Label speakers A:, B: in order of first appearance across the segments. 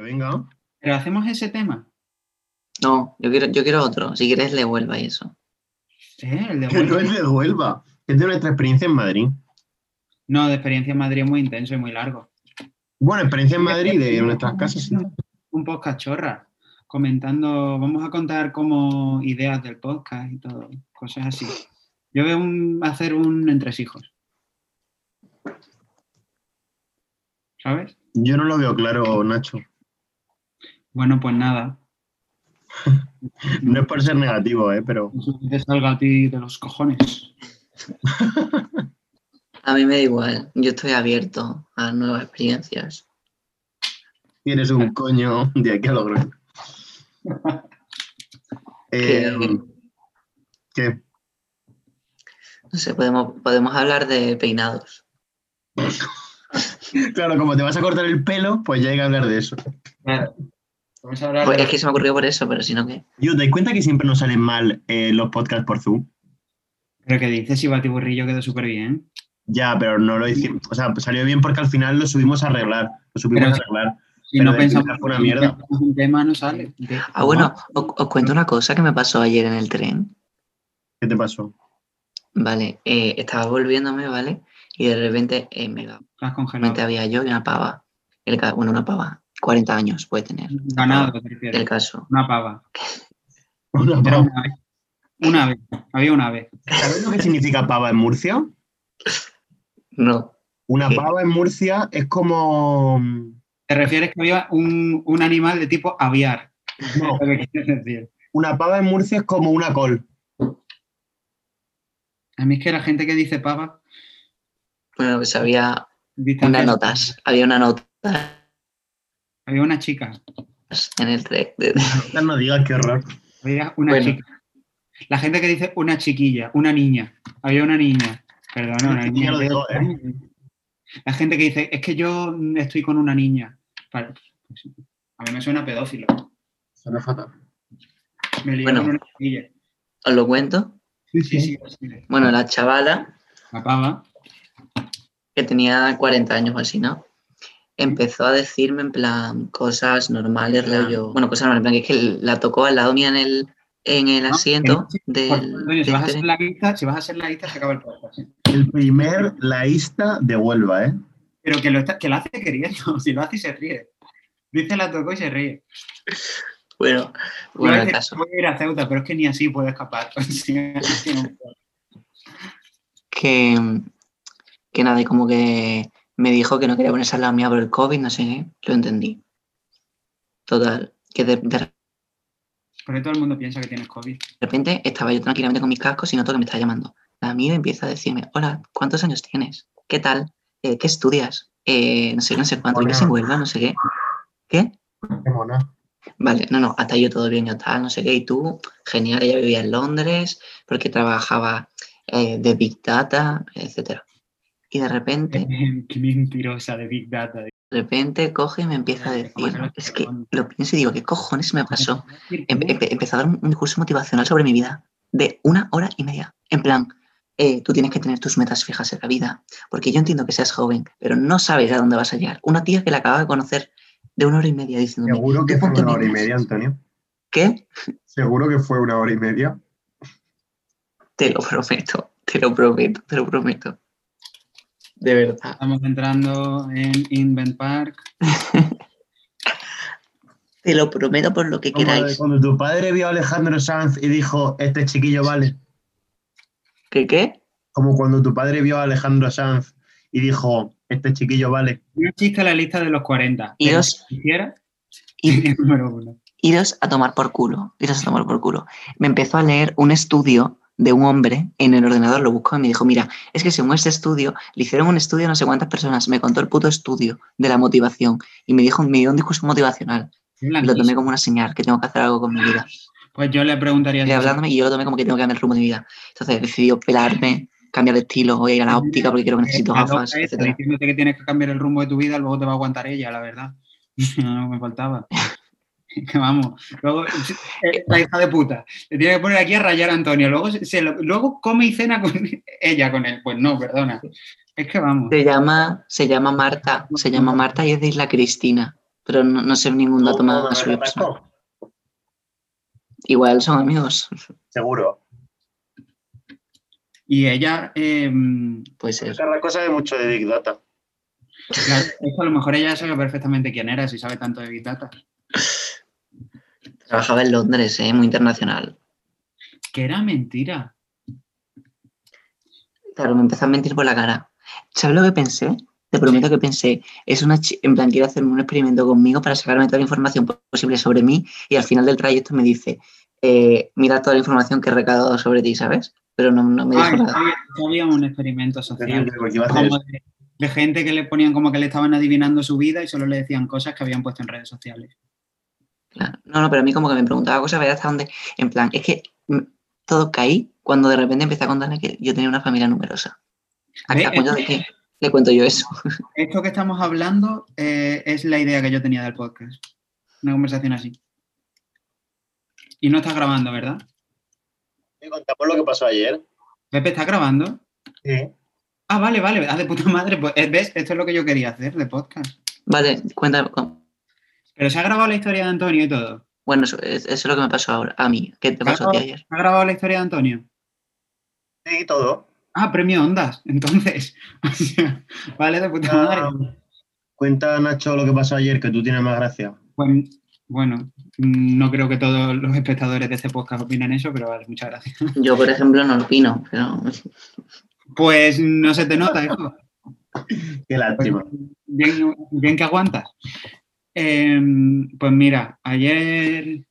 A: venga.
B: Pero hacemos ese tema.
C: No, yo quiero, yo quiero otro. Si quieres, le vuelva y eso.
B: ¿Eh? El de
A: Que no
B: Huelva.
A: es de Huelva, que es de nuestra experiencia en Madrid.
B: No, de experiencia en Madrid es muy intenso y muy largo.
A: Bueno, experiencia en Madrid de nuestras casas. sí.
B: Un podcast chorra, comentando, vamos a contar como ideas del podcast y todo, cosas así. Yo veo un, hacer un entresijos. ¿Sabes?
A: Yo no lo veo claro, Nacho.
B: Bueno, pues nada.
A: No es por ser negativo, eh, pero
B: Eso que Te salga a ti de los cojones.
C: A mí me da igual. Yo estoy abierto a nuevas experiencias.
A: tienes un coño de aquí a lograr. Eh,
C: Que-
A: ¿Qué?
C: No sé, podemos, podemos hablar de peinados.
A: Claro, como te vas a cortar el pelo, pues ya hay que hablar de eso.
B: Claro. Vamos a hablar
C: Pues
B: de-
C: es que se me ocurrió por eso, pero si no, ¿qué?
A: Yo, ¿te das cuenta que siempre nos salen mal eh, los podcasts por Zoom?
B: Pero que dices si Batiburrillo quedó súper bien.
A: Ya, pero no lo hicimos. O sea, pues salió bien porque al final lo subimos a arreglar. Lo supimos
B: Pero-
A: a arreglar.
B: Si
A: Pero
B: no
A: de
B: pensamos
A: Twitter fue una mierda.
B: un tema, no sale.
C: Ah, bueno, os, os cuento una cosa que me pasó ayer en el tren.
A: ¿Qué te pasó?
C: Vale, eh, estaba volviéndome, ¿vale? Y de repente eh, me da-
B: Estás congelado.
C: realmente había yo y una pava. El, ca- bueno, una pava. 40 años puede tener.
B: Ganado, te refieres.
C: El caso.
B: Una pava.
A: Una
B: Era
A: pava.
B: una vez. Una vez. Había una vez.
A: ¿Sabes lo que significa pava en Murcia?
C: No,
A: Una
C: ¿Qué?
A: pava en Murcia es como. No,
B: Te refieres que había un, un animal de tipo aviar. Lo que quieres decir.
A: una pava en Murcia es como una col.
B: A mí es que la gente que dice pava.
C: bueno, pues había
B: dice
C: unas
B: aviar.
C: notas. Había una nota
B: Había una chica.
C: en el tren. de-
A: No, no digas qué horror.
B: Había una
C: Bueno.
B: chica. La gente que dice una chiquilla, una niña. Había una niña. Perdón,
A: Una
B: una
A: chiquilla
B: niña.
A: lo digo,
B: La gente que dice, es que yo mm, estoy con una niña. Para- A mí me suena pedófilo.
A: Suena fatal.
B: Me lié
C: Bueno.
B: con una chiquilla.
C: ¿Os lo cuento?
B: Sí, sí, sí.
C: Bueno, la chavala,
B: La pava.
C: que tenía 40 años o así, ¿no? Empezó a decirme en plan cosas normales,
A: Claro.
C: rollo. Bueno, cosas normales, en plan que es que la tocó al lado mía en el, en el
B: Ah,
C: asiento
B: sí,
C: del. este.
B: Por- Antonio, si
C: del
B: vas a
C: tren.
B: hacer la lista, si vas a hacer la lista, se acaba el podcast. ¿eh?
A: El primer laísta de Huelva, ¿eh?
B: Pero que lo, está, que lo hace queriendo. Si lo hace y se ríe. Dice la tocó y se ríe.
C: Bueno,
B: Yo a
C: bueno, el
B: veces
C: caso.
B: puedo ir a Ceuta, pero es que ni así puedo escapar. Sí, sí, no puedo.
C: que, que nada, y como que me dijo que no quería ponerse al lado mía por el COVID, no sé qué, lo entendí. Total, que de, de
B: Porque todo el mundo piensa que tienes COVID.
C: repente estaba yo tranquilamente con mis cascos y noto que me está llamando. La mía empieza a decirme, hola, ¿cuántos años tienes? ¿Qué tal? Eh, ¿Qué estudias? Eh, no sé, qué, no sé cuánto,
A: Hola.
C: ¿vives en Huelva? No sé qué. ¿Qué?
A: Qué mona.
C: Vale, no, no, hasta yo todo bien, yo tal, no sé qué, y tú, genial, ella vivía en Londres, porque trabajaba eh, de Big Data, etcétera. Y de repente
B: Qué mentirosa de Big Data.
C: De repente coge y me empieza a
B: Ya, que
C: decir,
B: coge los
C: es que
B: cojones.
C: lo pienso y digo, ¿qué cojones me pasó? Em- empe- empezó a dar un un discurso motivacional sobre mi vida de una hora y media. En plan, eh, tú tienes que tener tus metas fijas en la vida, porque yo entiendo que seas joven, pero no sabes a dónde vas a llegar. Una tía que la acaba de conocer de una hora y media diciéndome,
A: Seguro que
C: ¿Qué
A: fue
C: punto
A: una hora y
C: tienes?
A: media, Antonio.
C: ¿qué?
A: Seguro que fue una hora y media.
C: Te lo prometo, te lo prometo, te lo prometo. De verdad.
B: Estamos entrando en Invent Park.
C: Te lo prometo por lo que
A: Como
C: queráis.
A: cuando tu padre vio a Alejandro Sanz y dijo, este chiquillo vale.
C: ¿Qué qué?
A: Como cuando tu padre vio a Alejandro Sanz y dijo, este chiquillo vale.
B: Un chiste a la lista de los 40.
C: Y
B: Pero
C: dos-
B: si quisiera,
C: Y-
B: sería el número uno.
C: iros a tomar por culo, iros a tomar por culo. Me empezó a leer un estudio de un hombre en el ordenador, lo buscó y me dijo, mira, es que según este estudio, le hicieron un estudio a no sé cuántas personas, me contó el puto estudio de la motivación y me dijo, me dio un discurso motivacional.
D: Ah,
C: Lo tomé como una señal, que tengo que hacer algo con mi vida.
B: Pues yo le preguntaría
C: Y
B: si-
C: hablándome y yo lo tomé como que tengo que cambiar el rumbo de mi vida. Entonces decidió pelarme, cambiar de estilo, voy a ir a la óptica porque creo que necesito
B: Eh, la
C: gafas,
B: loca esa,
C: etc.
B: Diciéndote que tienes que cambiar el rumbo de tu vida, luego te va a aguantar ella, la verdad. no me faltaba. que vamos. Luego, eh, la hija de puta. Te tiene que poner aquí a rayar a Antonio. Luego, se- se lo- luego come y cena con ella, con él. Pues no, perdona. Es que vamos.
C: Se llama, se llama Marta, se llama Marta y es de Isla Cristina. pero no, no sé ningún dato
D: ¿No- no
C: más
D: me
C: suyo
D: atascó?
C: personal. Igual son amigos,
D: Seguro.
B: Y ella, eh,
C: puede ser.
D: Esta es la cosa de mucho de Big Data.
B: claro, es que a lo mejor ella sabe perfectamente quién era si sabe tanto de Big Data.
C: Trabajaba en Londres, ¿eh? muy internacional.
B: Que era mentira.
C: Claro, me empezó a mentir por la cara. ¿Sabes lo que pensé? Te prometo que pensé, es una chi- en plan, quiere hacerme un experimento conmigo para sacarme toda la información posible sobre mí y al final del trayecto me dice, eh, mira toda la información que he recabado sobre ti, ¿sabes? Pero no, no me dijo
B: Ay,
C: nada.
B: había, había un experimento social.
D: Terrible, porque iba a hacer
B: como de, de gente que le ponían como que le estaban adivinando su vida y solo le decían cosas que habían puesto en redes sociales.
C: Claro. No, no, pero a mí como que me preguntaba cosas, ver hasta dónde, en plan, es que mm, todo caí cuando de repente empecé a contarle que yo tenía una familia numerosa. ¿A,
B: Ve,
C: a cuenta de qué le cuento yo eso?
B: Esto que estamos hablando eh, es la idea que yo tenía del podcast. Una conversación así. Y no estás grabando, ¿verdad?
D: Te contamos lo que pasó ayer.
B: Pepe, ¿estás grabando?
D: Sí.
B: Ah, vale, vale, ah, de puta madre. Pues, eh, ¿Ves? Esto es lo que yo quería hacer de podcast.
C: Vale, cuéntame. con-
B: Pero se ha grabado la historia de Antonio y todo.
C: Bueno, eso, es- eso es lo que me pasó ahora, a mí. ¿Qué te pasó a ti
B: Claro.
C: ayer?
B: ¿Se ha grabado la historia de Antonio?
D: Sí, todo.
B: Ah, premio Ondas, entonces. O sea, vale, de puta madre.
D: Ah, cuenta, Nacho, lo que pasó ayer, que tú tienes más gracia.
B: Bueno, bueno, mm, no creo que todos los espectadores de este podcast opinen eso, pero vale, muchas gracias.
C: Yo, por ejemplo, no opino, pero
B: Pues no se te nota, hijo. Pues,
D: Qué lástima.
B: Bien, bien que aguantas. Eh, pues mira, ayer,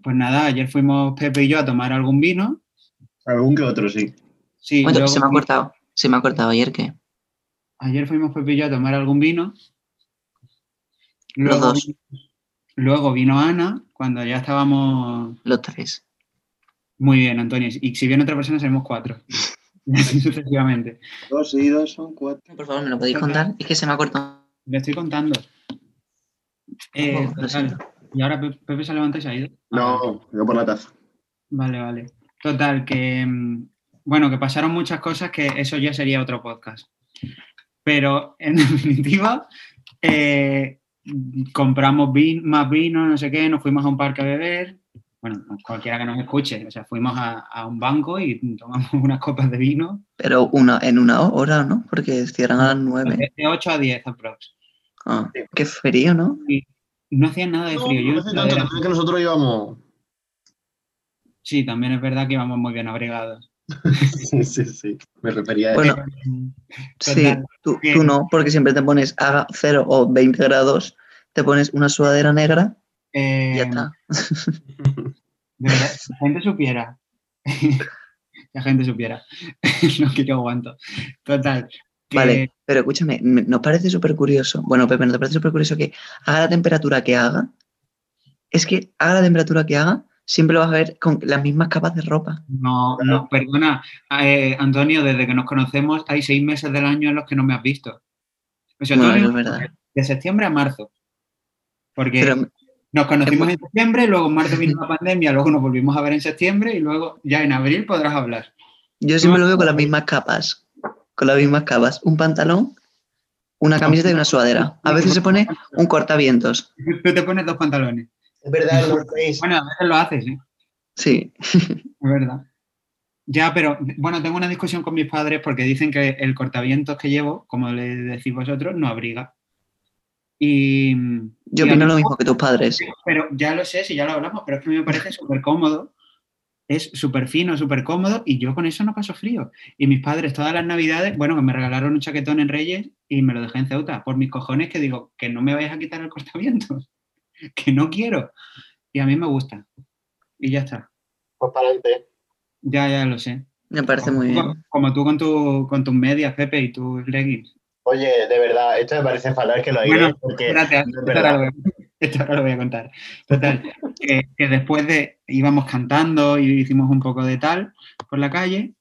B: pues nada, ayer fuimos Pepe y yo a tomar algún vino.
D: Algún que otro, sí.
B: Sí,
C: Bueno,
B: luego-
C: se me ha cortado. Se me ha cortado ayer que.
B: Ayer fuimos Pepe y yo a tomar algún vino.
C: Los
B: Luego,
C: dos.
B: luego vino Ana, cuando ya estábamos
C: Los tres.
B: muy bien, Antonio. Y si viene otra persona, seremos cuatro. Y así Sucesivamente.
D: Dos y dos son cuatro.
C: Por favor, ¿me lo podéis contar? Es que se me ha cortado.
B: Le estoy contando. Eh,
C: Oh, lo
B: total.
C: siento.
B: Y ahora Pe- Pepe se levanta y se ha ido.
D: No, yo por la taza.
B: Vale, vale. Total, que mm, bueno, que pasaron muchas cosas que eso ya sería otro podcast. Pero en definitiva, eh, compramos vin- más vino, no sé qué, nos fuimos a un parque a beber. Bueno, cualquiera que nos escuche, o sea, fuimos a, a un banco y tomamos unas copas de vino
C: Pero una, en una hora, ¿no? Porque cierran a las nueve.
B: de 8 a 10 aprox.
C: Ah, qué frío, ¿no?
B: No hacía nada de
D: No,
B: frío. Yo
D: no hace tanto,
B: era-
D: también es que nosotros íbamos.
B: Sí, también es verdad que íbamos muy bien abrigados.
D: Sí, sí, sí. Me refería a
C: Bueno,
B: Eh,
C: sí, tú,
B: que-
C: tú no, porque siempre te pones a 0 o 20 grados, te pones una sudadera negra y ya está.
D: eso.
B: Eh, De verdad, si la gente supiera. la gente supiera. lo que yo aguanto. Total. que-
C: Vale, pero escúchame, me- nos parece súper curioso. Bueno, Pepe, ¿no te parece súper curioso que haga la temperatura que haga? Es que haga la temperatura que haga, siempre lo vas a ver con las mismas capas de ropa.
B: No,
D: Claro.
B: no, perdona, eh, Antonio, desde que nos conocemos hay seis meses del año en los que no me has visto. O sea, tú
C: Bueno,
B: eres
C: eso es verdad.
B: de septiembre a marzo. Porque
C: Pero
B: nos conocimos
C: es
B: en septiembre, luego en marzo vino la pandemia, luego nos volvimos a ver en septiembre y luego ya en abril podrás hablar.
C: yo siempre lo veo con las mismas capas. Con las mismas capas. Un pantalón, una camiseta y una sudadera. A veces se pone un cortavientos.
B: Tú te pones dos pantalones.
D: Es verdad,
B: el Bueno, a veces lo haces, ¿eh?
C: Sí.
B: Es verdad. Ya, pero bueno, tengo una discusión con mis padres porque dicen que el cortavientos que llevo, como le decís vosotros, no abriga. Y,
C: Yo
B: y a
C: opino
B: mí-
C: lo mismo que tus padres.
B: Pero ya lo sé, si ya lo hablamos, pero es que a mí me parece súper cómodo. Es súper fino, súper cómodo y yo con eso no paso frío. Y mis padres todas las navidades, bueno, que me regalaron un chaquetón en Reyes y me lo dejé en Ceuta, por mis cojones que digo, que no me vais a quitar el cortavientos, que no quiero. Y a mí me gusta. Y ya está.
D: Pues para adelante.
B: Ya, ya lo sé.
C: Me parece muy
B: Como-
C: bien.
B: Como tú con, tu, con tus medias, Pepe, y tus leggings.
D: Oye, de verdad, esto me parece fatal que lo
B: Bueno,
D: digas, porque
B: Espérate,
D: es
B: esto
D: verdad.
B: ahora, lo voy, a- esto ahora lo voy a contar. Total, que, que después de íbamos cantando y hicimos un poco de tal por la calle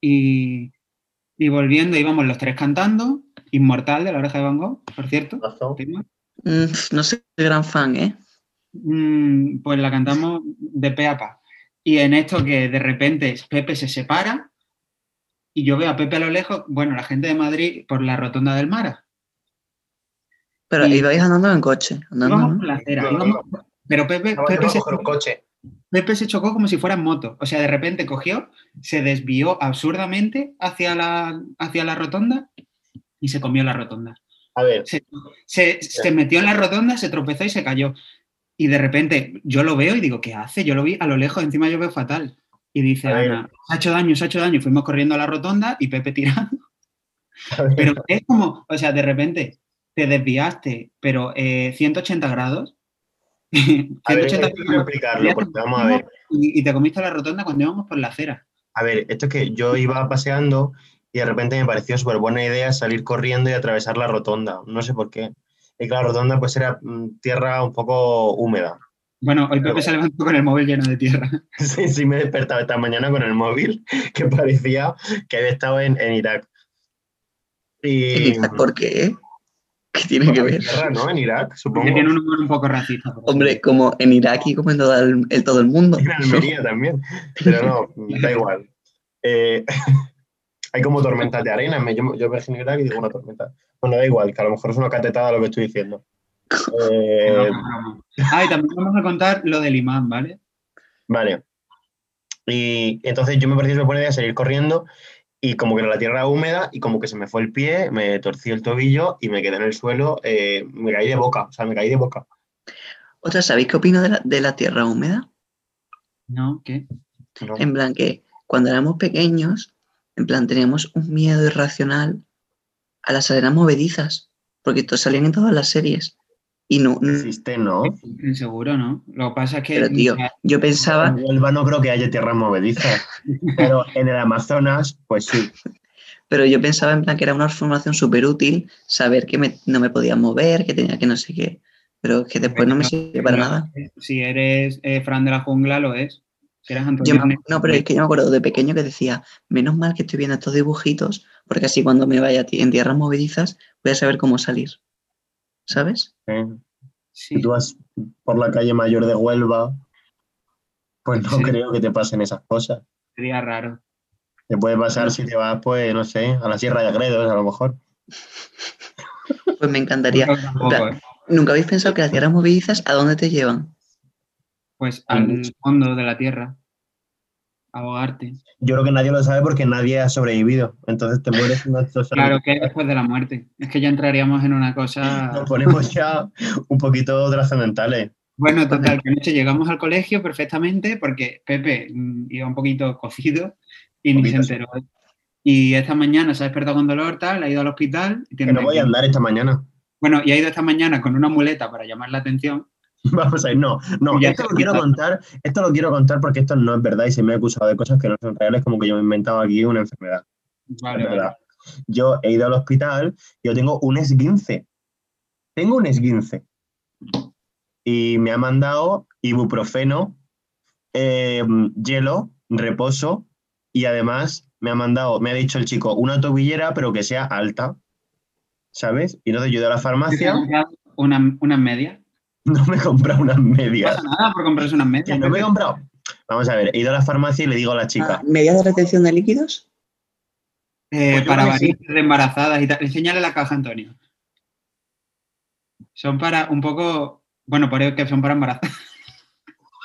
B: y, y volviendo íbamos los tres cantando, Inmortal de la oreja de Van Gogh, por cierto.
D: razón.
B: tema.
C: Mm, No soy gran fan, ¿eh?
B: Mm, pues la cantamos de pe a pa. Y en esto que de repente Pepe se separa y yo veo a Pepe a lo lejos, bueno, la gente de Madrid por la rotonda del Mara.
C: Pero
B: Sí.
C: ibais andando en coche. Andando,
B: Íbamos
C: ¿no?
B: por la acera,
A: No, no,
B: íbamos- pero Pepe,
A: Acabas de
B: Pepe se,
A: coger un coche.
B: Pepe se chocó como si fuera en moto. O sea, de repente cogió, se desvió absurdamente hacia la, hacia la rotonda y se comió la rotonda.
A: A ver,
B: Se, se metió en la rotonda, se tropezó y se cayó. Y de repente yo lo veo y digo, ¿qué hace? Yo lo vi a lo lejos, encima yo veo fatal. Y dice,
A: A ver.
B: Ana, se ha hecho daño, se ha hecho daño. Y Fuimos corriendo a la rotonda y Pepe tirando.
A: a ver,
B: Pero es como, o sea, de repente te desviaste, pero eh, 180 grados.
A: a ver,
B: 180
A: esto hay que
B: grados.
A: explicarlo, porque vamos a ver.
B: Y, y te comiste la rotonda cuando íbamos por la acera.
A: A ver, esto es que yo iba paseando y de repente me pareció súper buena idea salir corriendo y atravesar la rotonda. No sé por qué. Y que la rotonda pues era mm, tierra un poco húmeda.
B: Bueno, hoy
A: Pero-
B: Pepe se levantó con el móvil lleno de tierra.
A: Sí, sí me he despertado esta mañana con el móvil que parecía que había estado en, en Irak.
C: Y
A: Y,
C: dices, ¿Por qué? ¿Qué tiene que
A: Bueno,
C: ver?
A: Guerra, ¿no? En Irak,
B: Porque
A: supongo.
B: tiene un humor un poco racista. por
C: Hombre, como en Irak y como en todo el, en todo el mundo.
A: En Almería también. Pero no, da igual. Eh, hay como tormentas de arena. me- Yo, yo me imagino Irak y digo una tormenta. Bueno, da igual, que a lo mejor es una catetada lo que estoy diciendo. Eh,
B: Broma, broma. Ah, y también vamos a contar lo del imán, ¿vale?
A: vale. Y entonces yo me pareció súper buena idea salir corriendo y como que era la tierra húmeda y como que se me fue el pie, me torcí el tobillo y me quedé en el suelo, eh, me caí de boca, o sea, me caí de boca.
C: Otra, ¿sabéis qué opino de la, de la tierra húmeda?
B: No, ¿qué?
A: No.
C: En plan que cuando éramos pequeños, en plan teníamos un miedo irracional a las arenas movedizas, porque to- salían en todas las series. Y no, no-
A: Existe, ¿no?
B: Seguro, ¿no? Lo que pasa es que.
C: pero tío, yo pensaba,
A: En Huelva no creo que haya tierras movedizas, pero en el Amazonas, pues sí.
C: pero yo pensaba en plan que era una información súper útil saber que me- no me podía mover, que tenía que no sé qué, pero es que después no me sirve para nada.
B: Si eres eh, Fran de la jungla, lo es. Si eres
C: Yo
B: Antonio.
C: me-
B: Negri-
C: no, pero es que yo me acuerdo de pequeño que decía, menos mal que estoy viendo estos dibujitos, porque así cuando me vaya a ti- en tierras movedizas voy a saber cómo salir. ¿Sabes?
A: ¿eh?
B: Sí.
A: Si tú vas por la calle mayor de Huelva, pues no
B: Sí.
A: creo que te pasen esas cosas.
B: Sería raro.
A: Te puede pasar si te vas, pues, no sé, a la Sierra de Agredos, a lo mejor.
C: Pues me encantaría.
B: Yo tampoco,
C: Claro.
B: ¿eh?
C: ¿Nunca habéis pensado que las tierras movedizas a dónde te llevan?
B: Pues
A: Mm.
B: al fondo de la tierra. Ahogarte.
A: Yo creo que nadie lo sabe porque nadie ha sobrevivido. Entonces te mueres no te sobrevives.
B: Claro que después de la muerte. Es que ya entraríamos en una cosa.
A: Nos ponemos ya un poquito trascendentales. Pues
B: Bueno, total, que anoche llegamos al colegio perfectamente porque Pepe mm, iba un poquito cocido y ni se
A: Poquito, sí.
B: enteró. Y esta mañana se ha despertado con dolor, tal, ha ido al hospital. y
A: Que
B: tiene
A: no voy a
B: que-
A: andar esta mañana.
B: Bueno, y ha ido esta mañana con una muleta para llamar la atención.
A: Vamos a ir, no, no,
B: Ya
A: esto
B: está.
A: lo quiero contar, esto lo quiero contar porque esto no es verdad y se me ha acusado de cosas que no son reales, como que yo me he inventado aquí una enfermedad.
B: Vale,
A: Es
B: vale.
A: verdad. Yo he ido al hospital, yo tengo un esguince. Tengo un esguince. Y me ha mandado ibuprofeno, eh, hielo, reposo y además me ha mandado, me ha dicho el chico, una tobillera pero que sea alta. ¿Sabes? Y entonces yo he ido a la
B: Yo te he
A: farmacia,
B: comprado una- unas medias.
A: no me he comprado unas
B: No
A: medias.
B: pasa nada por comprarse unas
A: Que
B: medias.
A: no me he
B: Pepe.
A: comprado. Vamos a ver, he ido a la farmacia y le digo a la chica,
C: ¿Medidas Ah, de retención de líquidos?
B: Eh,
A: Pues yo
B: para
A: creo que sí.
B: varices de embarazadas y tal. Enseñale la caja, Antonio. Son para un poco. Bueno, por que son para embarazadas.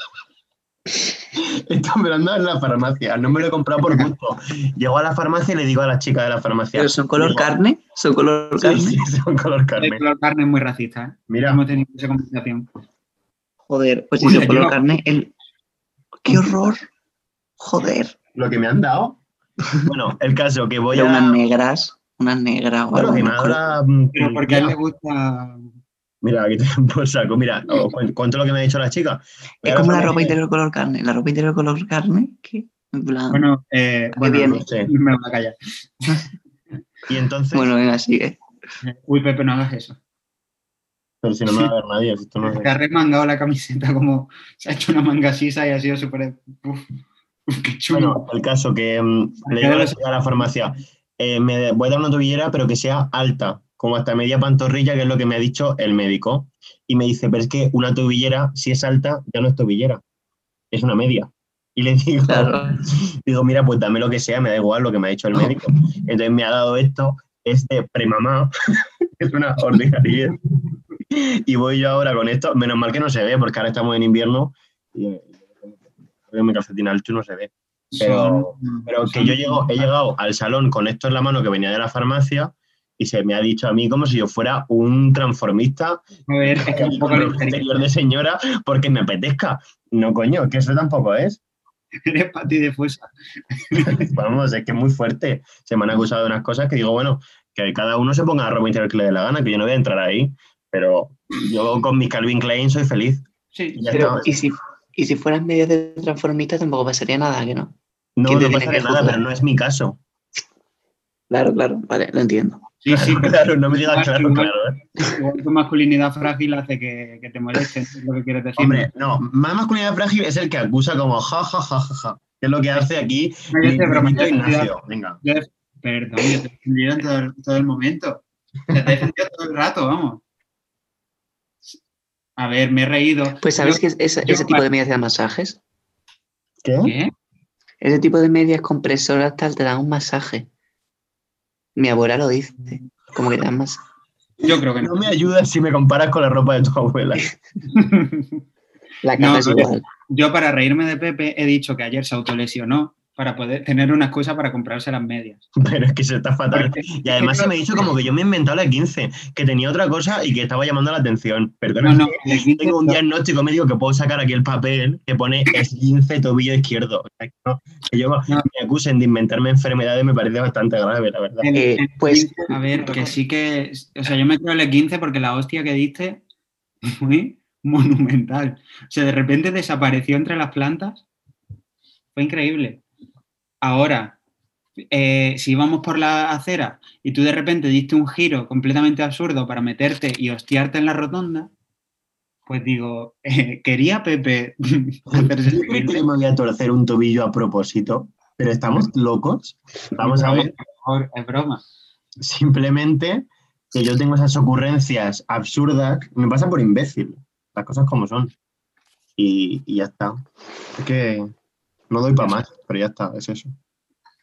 A: Esto me lo han dado en la farmacia, no me lo he comprado por gusto. Llego a la farmacia y le digo a la chica de la farmacia.
C: Pero son color
A: digo,
C: carne, son color
A: Sí,
C: carne.
A: sí, son color
B: El
A: carne.
B: color carne es muy racista. ¿eh?
A: Mira,
B: Hemos tenido esa conversación.
C: Joder, pues si
B: Uy,
C: son
B: la
C: color
B: lleva-
C: carne, el... ¡qué horror! Joder.
A: lo que me han dado. Bueno, el caso que voy
C: Pero
A: a...
C: unas negras, unas negras o
A: Bueno,
C: algo.
A: que me
C: ¿no?
A: ha dado la- mm,
B: Pero porque a él le
A: mira,
B: gusta.
A: Mira, aquí te por saco. Mira, os cu- cuento lo que me ha dicho la chica.
C: Es
A: Voy a
C: como la
A: farmacia
C: ropa
A: y-
C: interior color carne. La ropa interior color carne, que en plan- Bueno,
B: Bueno, eh, bueno
C: bien.
A: No sé.
B: me voy a callar.
A: Y entonces...
C: venga, sigue.
B: Uy, Pepe, no hagas eso.
A: Pero si no me va a ver nadie, si esto no
B: Te ha remangado la camiseta como se ha hecho una manga sisa y ha sido súper. Uf, uf, qué chulo.
A: Bueno, el caso que mm, le digo a la chica de la farmacia, eh, me voy a dar una tobillera, pero que sea alta, como hasta media pantorrilla, que es lo que me ha dicho el médico. Y me dice, pero es que una tobillera, si es alta, ya no es tobillera, es una media. Y le digo,
C: Claro.
B: Oh.
A: digo, mira, pues dame lo que sea, me da igual lo que me ha dicho el médico. Entonces me ha dado esto, es de premamá, es una ordinaria. y voy yo ahora con esto, menos mal que no se ve, porque ahora estamos en invierno y eh, con mi calcetín alto no se ve. Pero,
B: Son-
A: pero que
B: son-
A: yo llego, he llegado al salón con esto en la mano que venía de la farmacia y se me ha dicho a mí como si yo fuera un transformista
B: A ver, es que un poco
A: con
B: le
A: un interior de señora porque me apetezca. No, coño, que eso tampoco es.
B: Eres Pati de Fuesa.
A: Vamos, es que es muy fuerte. Se me han acusado de unas cosas que digo, bueno, que cada uno se ponga la ropa interior que le dé la gana, que yo no voy a entrar ahí. Pero yo con mi Calvin Klein soy feliz.
B: Sí,
A: Ya
C: Pero,
A: está.
C: ¿y si, y si fueran medios de transformista tampoco pasaría nada, que no.
A: No,
C: ¿quién te
A: no
C: tiene
A: pasaría
C: que
A: nada,
C: juzgar?
A: pero no es mi caso.
C: Claro, claro, vale, lo entiendo.
B: sí, sí. pero
A: Claro, no me digas
B: Igual-
A: claro,
B: igual-
A: claro. ¿eh?
B: igual tu masculinidad frágil hace que, que te molesten, es lo que quieres decir.
A: Hombre, no, más masculinidad frágil es el que acusa como ja, ja, ja, ja, ja. Que es lo que hace aquí
B: No, yo te broma, yo
A: Niñito
B: te he defendido-
A: Ignacio. Venga.
B: yo he- Perdón, yo te he defendido en todo el, todo el momento. Te he defendido todo el rato, vamos. A ver, me he reído.
C: Pues sabes que es- es-
B: yo-
C: ese tipo de medias de masajes,
A: ¿Qué?
B: ¿Qué?
C: ese tipo de medias compresoras tal te dan un masaje. Mi abuela lo dice, como que te dan masaje.
B: Yo creo que no.
A: No me ayudas si me comparas con la ropa de tu abuela.
C: La
B: No,
C: cama es
B: no,
C: igual.
B: Yo para reírme de Pepe he dicho que ayer se autolesionó para poder tener una excusa para comprarse las medias.
A: Pero es que se está fatal.
B: Porque-
A: Y además se me ha dicho como que yo me he inventado la 15, que tenía otra cosa y que estaba llamando la atención. Perdona,
B: No, no, el esguince-
A: tengo un diagnóstico médico que puedo sacar aquí el papel que pone esguince tobillo izquierdo. O sea, que, no, que yo me acusen de inventarme enfermedades me parece bastante grave, la verdad.
B: el-
C: Eh,
B: el
C: pues-
B: esguince- a ver, que sí que. O sea, yo me creo el 15 porque la hostia que diste fue monumental. O sea, de repente desapareció entre las plantas. Fue increíble. Ahora, eh, si íbamos por la acera y tú de repente diste un giro completamente absurdo para meterte y hostiarte en la rotonda, pues digo, eh, quería Pepe hacerse
A: Yo
B: el
A: creo que
B: gil?
A: yo me voy a torcer un tobillo a propósito, pero estamos locos. Vamos a ver.
B: Por favor, Es broma.
A: simplemente que yo tengo esas ocurrencias absurdas, me pasa por imbécil, las cosas como son. Y, y ya está. Es que no doy para más, pero ya está, es eso.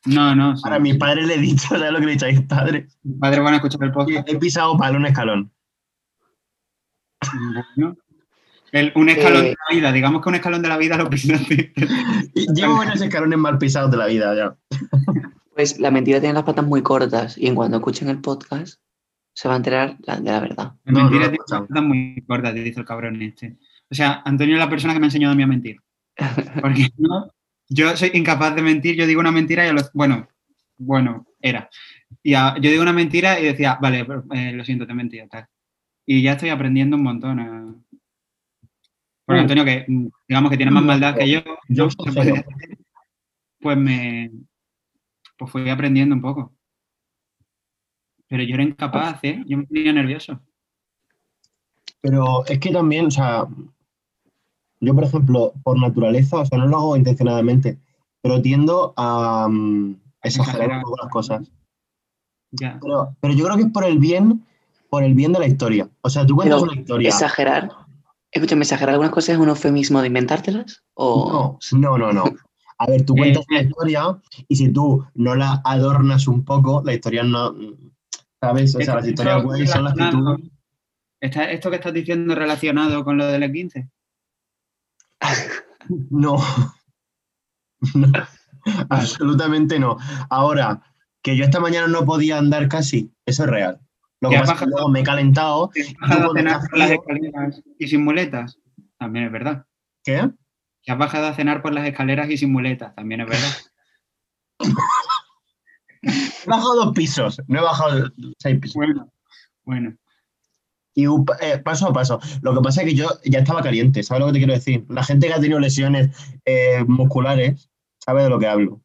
B: No, no. sí.
A: Ahora a mis padres le he dicho, ¿sabes lo que le he dicho a mis padres?
B: Mis padres van a escuchar el podcast.
A: He pisado para un escalón.
B: Bueno. El- un escalón
C: Eh,
B: de la vida, digamos que un escalón de la vida lo pisaste.
A: Y Llevo buenos escalones mal pisados de la vida ya.
C: Pues la mentira tiene las patas muy cortas y en cuando escuchen el podcast se va a enterar la- de la verdad.
A: No,
B: mentira,
A: no,
B: tiene
A: no.
B: una muy corta, te dice el cabrón este. O sea, Antonio es la persona que me ha enseñado a mí a mentir. Porque no, yo soy incapaz de mentir, yo digo una mentira y a los. Bueno, bueno, era. Y a- yo digo una mentira y decía, vale, pero, eh, lo siento, te he mentido, tal. Y ya estoy aprendiendo un montón. A... Porque Antonio, que mm, digamos que tiene más maldad que yo,
A: Yo
B: se
A: soy
B: puede
A: cero.
B: decir, pues me pues fui aprendiendo un poco. Pero yo era incapaz, ¿eh? Yo me ponía nervioso.
A: Pero es que también, o sea, yo por ejemplo, por naturaleza, o sea, no lo hago intencionadamente, pero tiendo a, mm, a exagerar un
B: Exagerar.
A: poco las cosas.
B: Ya.
A: Pero, pero yo creo que es por el bien, por el bien de la historia. O sea, tú cuentas
C: Pero
A: una historia.
C: Exagerar. Escúchame, exagerar algunas cosas es un eufemismo de inventártelas o
A: No, no, no, no. A ver, tú
B: Eh,
A: cuentas una
B: eh.
A: historia y si tú no la adornas un poco, la historia no. ¿Sabes? O sea, las historias guay son las que tú.
B: Está- esto que estás diciendo relacionado con lo del 15.
A: No. No. Absolutamente no. Ahora, que yo esta mañana no podía andar casi, eso es real. Lo que
B: Ya
A: pasa es que
B: baja-
A: luego me he calentado.
B: Que has bajado a
A: cuando
B: cenar
A: estás
B: por las
A: frío-
B: escaleras y sin muletas. También es verdad.
A: ¿Qué?
B: Que has bajado a cenar por las escaleras y sin muletas. También es verdad.
A: He bajado dos pisos, no he bajado seis pisos.
B: Bueno, bueno.
A: Y un pa- eh, paso a paso. Lo que pasa es que yo ya estaba caliente, ¿sabes lo que te quiero decir? La gente que ha tenido lesiones eh, musculares sabe de lo que hablo.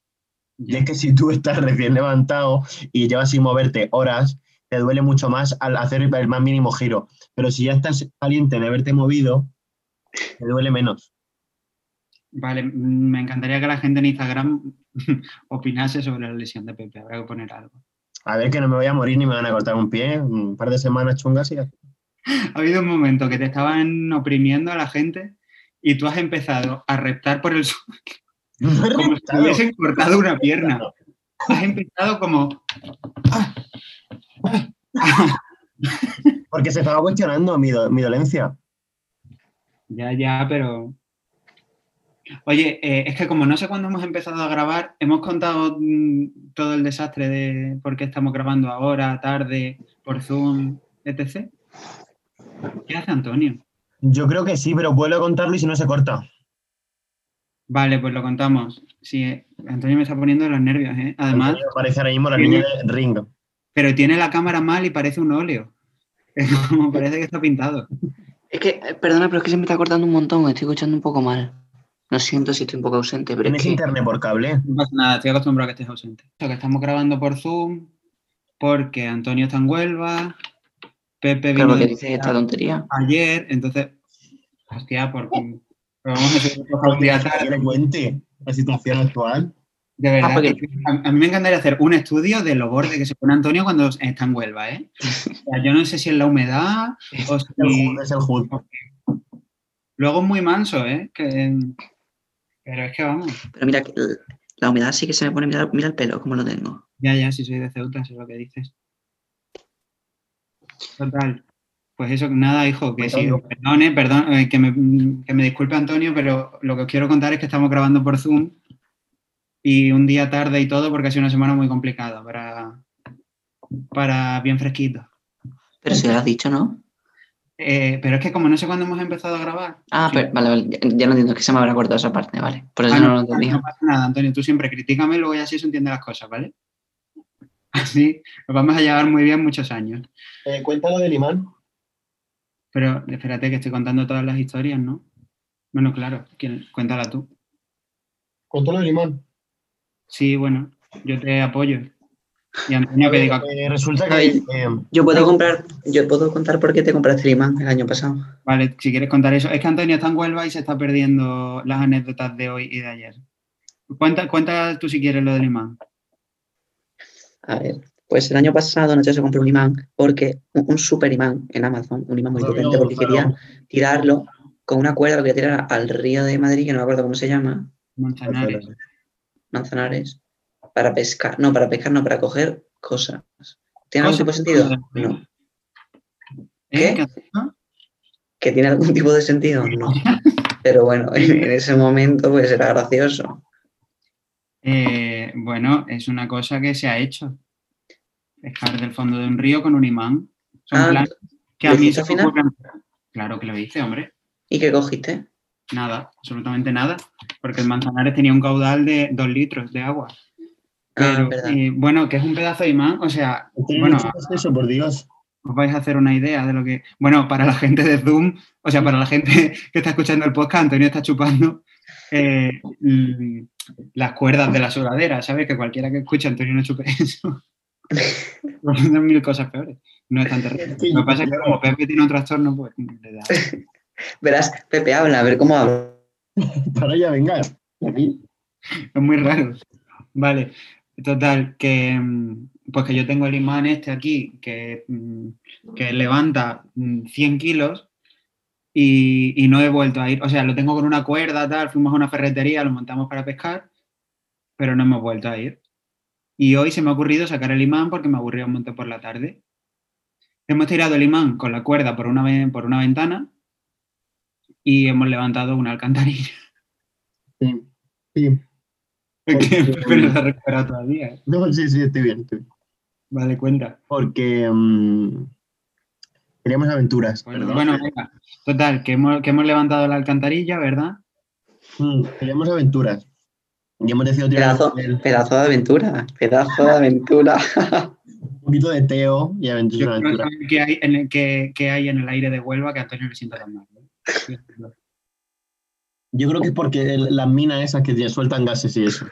A: Y
B: ya.
A: es que si tú estás recién levantado y llevas sin moverte horas, te duele mucho más al hacer el más mínimo giro. Pero si ya estás caliente de haberte movido, te duele menos.
B: Vale, mm, me encantaría que la gente en Instagram opinase sobre la lesión de Pepe. Habrá que poner algo.
A: A ver que no me voy a morir ni me van a cortar un pie, un par de semanas chungas y ya.
B: Ha habido un momento que te estaban oprimiendo a la gente y tú has empezado a reptar por el suelo
A: No he
B: como si te
A: reventado.
B: hubiesen cortado una pierna. Has empezado como. "Ah,
A: Porque se estaba cuestionando mi, do- mi dolencia.
B: Ya, ya, pero. Oye, eh, es que como no sé cuándo hemos empezado a grabar, hemos contado mm, todo el desastre de por qué estamos grabando ahora, tarde, por Zoom, etc. ¿Qué hace Antonio?
A: Yo creo que sí, pero vuelvo a contarlo y si no se corta.
B: Vale, pues lo contamos. Sí, eh, Antonio me está poniendo los nervios, ¿eh? Además,
A: Antonio Aparece ahora mismo la niña de Ring.
B: pero tiene la cámara mal y parece un óleo. Es como parece que está pintado.
C: Es que, eh, perdona, pero es que se me está cortando un montón, estoy escuchando un poco mal. Lo siento si estoy un poco ausente, pero es
A: Tienes
C: que...
A: internet por cable.
B: No pasa nada, estoy acostumbrado a que estés ausente. Lo que estamos grabando por Zoom, porque Antonio está en Huelva, Pepe
C: Claro,
B: vino
C: que
B: de-
C: dices esta tontería.
B: ayer, entonces, hostia, porque pero vamos a seguir por
A: Porque
B: día
A: ya
B: tarde.
A: te cuente la situación actual.
B: De verdad,
C: Ah, porque-
B: que a, a mí me encantaría hacer un estudio de lo borde que se pone Antonio cuando está en Huelva, ¿eh? O sea, yo no sé si es la humedad o si...
A: El Hood es el Hood.
B: Luego es muy manso, ¿eh? Que- Pero es que vamos,
C: Pero mira, que l- la humedad sí que se me pone, mira, mira el pelo, como lo tengo.
B: ya, ya, si soy de Ceuta, eso es lo que dices. Total. Pues eso, nada, hijo, que sí,
A: Antonio.
B: perdón, eh, perdón, eh, que, me, que me disculpe Antonio, pero lo que os quiero contar es que estamos grabando por Zoom y un día tarde y todo porque ha sido una semana muy complicada para, para bien fresquito.
C: Pero si lo has dicho, ¿no?
B: Eh, pero es que como no sé cuándo hemos empezado a grabar,
C: Ah,
B: Sí.
C: pero, vale, vale, ya, ya lo entiendo, que se me habrá cortado esa parte, vale. Por eso
B: Ah,
C: no,
B: no, no,
C: lo entendía.
B: no pasa nada, Antonio. Tú siempre critícame, luego ya así se entiende las cosas, ¿vale? Así nos vamos a llevar muy bien muchos años.
A: Eh, cuéntalo del imán.
B: Pero espérate que estoy contando todas las historias, ¿no? Bueno, claro, ¿quién- cuéntala tú.
A: Cuéntalo del imán.
B: Sí, bueno, yo te apoyo. Y Antonio que diga,
A: Eh, resulta que.
C: Ay.
A: eh,
C: Yo puedo comprar, yo puedo contar por qué te compraste el imán el año pasado.
B: vale, si quieres contar eso. Es que Antonio está en Huelva y se está perdiendo las anécdotas de hoy y de ayer. Cuenta, cuenta tú si quieres lo del imán.
C: A ver, pues el año pasado Nacho se compró un imán porque, un, un super imán en Amazon, un imán muy
A: Antonio
C: potente porque
A: Gonzalo.
C: quería tirarlo con una cuerda, lo quería tirar al río de Madrid, que no me acuerdo cómo se llama,
B: Manzanares.
C: Manzanares, para pescar, no, para pescar, no, para coger cosas. ¿Tiene algún tipo de
B: Cosas.
C: sentido? No.
B: ¿Eh?
C: ¿Qué? ¿Que tiene algún tipo de sentido? No. Pero bueno, en ese momento pues era gracioso.
B: Eh, bueno, es una cosa que se ha hecho. Pescar del fondo de un río con un imán. Son
C: Ah,
B: planes que a
C: ¿lo
B: mí
C: hiciste
B: se me
C: al final?
B: ocurren. Claro que lo hice, hombre.
C: ¿Y qué cogiste?
B: Nada, absolutamente nada. Porque el Manzanares tenía un caudal de dos litros de agua.
C: Ah,
B: Pero,
C: verdad.
B: eh, bueno, que es un pedazo de imán. O sea,
A: tiene
B: bueno,
A: mucho más eso, por Dios.
B: os vais a hacer una idea de lo que. Bueno, para la gente de Zoom, o sea, para la gente que está escuchando el podcast, Antonio está chupando eh, l- las cuerdas de la sudadera, ¿sabes? Que cualquiera que escuche a Antonio no chupe eso. Son mil cosas peores. No es tan terrible. Lo que pasa es que como Pepe tiene un trastorno, pues le da.
C: Verás, Pepe habla, a ver cómo habla.
A: Para ya, venga.
B: Es muy raro. Vale, total, que mm, pues que yo tengo el imán este aquí que, mm, que levanta mm, 100 kilos y, y no he vuelto a ir. O sea, lo tengo con una cuerda, tal, fuimos a una ferretería, lo montamos para pescar, pero no hemos vuelto a ir. Y hoy se me ha ocurrido sacar el imán porque me aburría un montón por la tarde. Hemos tirado el imán con la cuerda por una, ve- por una ventana y hemos levantado una alcantarilla.
A: Sí. Sí.
B: que Pepe no se ha recuperado todavía. ¿eh?
A: No, sí, sí, estoy bien, estoy bien.
B: Vale, cuenta.
A: Porque. mm, queríamos aventuras. perdón.
B: Bueno, venga. Total, que hemos, que hemos levantado la alcantarilla, ¿verdad?
A: Mm, queríamos aventuras. Y hemos decidido tirar
C: Pedazo,
A: el-
C: pedazo de aventura, pedazo de aventura.
A: un poquito de teo y
B: Yo
A: aventuras.
B: quiero
A: aventuras.
B: saber qué hay, en el, qué- qué hay en el aire de Huelva que a Antonio le sienta tan mal. ¿no?
A: Yo creo que es porque el- las minas esas que te sueltan gases y eso.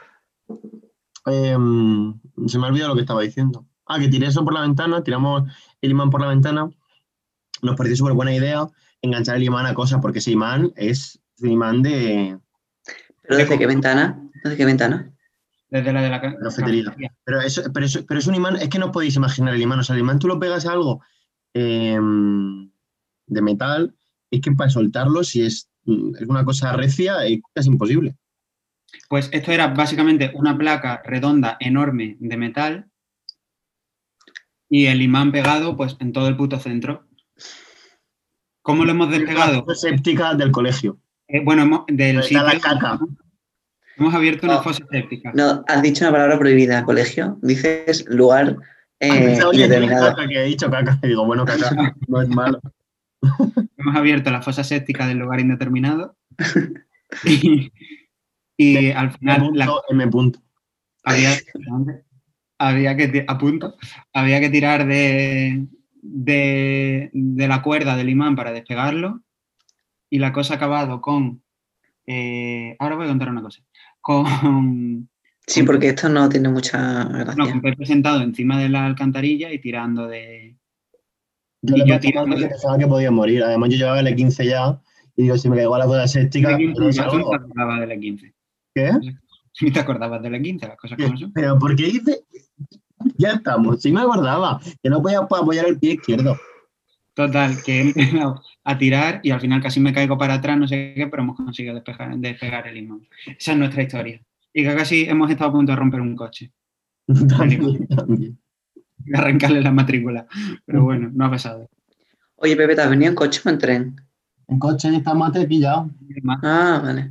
A: Em, se me ha olvidado lo que estaba diciendo. Ah, que tiré eso por la ventana, tiramos el imán por la ventana. Nos pareció súper buena idea enganchar el imán a cosas, porque ese imán es un imán de
C: ¿Pero desde qué ventana? ¿Desde qué ventana?
B: Desde la de la ca-
A: Cafetería.
B: cafetería.
A: Pero, eso, pero, eso- pero es un imán, es que no os podéis imaginar el imán. O sea, el imán tú lo pegas a algo em, de metal, es que para soltarlo, si es, mm, es una cosa recia, es casi imposible.
B: Pues esto era básicamente una placa redonda enorme de metal Y el imán pegado, pues en todo el puto centro. ¿Cómo lo hemos despegado?
A: séptica del colegio.
B: Eh, bueno, hemos, del
A: Donde está Pues, la
B: sitio-
A: caca.
B: hemos abierto una
C: No.
B: fosa séptica.
C: No, has dicho una palabra prohibida, colegio. Dices lugar
A: Ah,
C: eh,
A: pensaba, oye, tiene
C: determinado.
A: caca, que he dicho caca. Y digo, bueno, caca, no es malo.
B: Hemos abierto la fosa séptica del lugar indeterminado. y, y al
A: M
B: final la-
A: punto, M eh, punto.
B: había, había que ti- a punto, había que tirar de, de, de la cuerda del imán para despegarlo. Y la cosa ha acabado con. eh, ahora voy a contar una cosa. Con,
C: Sí, porque esto no tiene mucha
B: no,
C: gracia.
B: con Pepe sentado encima de la alcantarilla y tirando de.
A: Yo
B: Y
A: le
B: yo
A: metí
B: tirando-
A: tanto que pensaba que podía morir. Además, yo llevaba el 15 ya. Y digo, si me caigo a la cosa séptica,
B: de
A: ¿me
B: 15, no
A: dais
B: te
A: algo?
B: acordabas de E la 15.
A: ¿qué?
B: Ni te acordabas de la 15, las cosas como son.
A: Pero, ¿por qué dice? Ya estamos. Sí me acordaba que no podía apoyar el pie izquierdo.
B: Total, que he empezado a tirar y al final casi me caigo para atrás, no sé qué, pero hemos conseguido despejar, despegar el imán. Esa es nuestra historia. Y que casi hemos estado a punto de romper un coche,
A: También, también.
B: de arrancarle la matrícula. Pero bueno, no ha pasado.
C: Oye, Pepe, ¿te has venido en coche o en tren?
A: En coche ya está mate pillado.
B: Ma-
C: Ah, vale.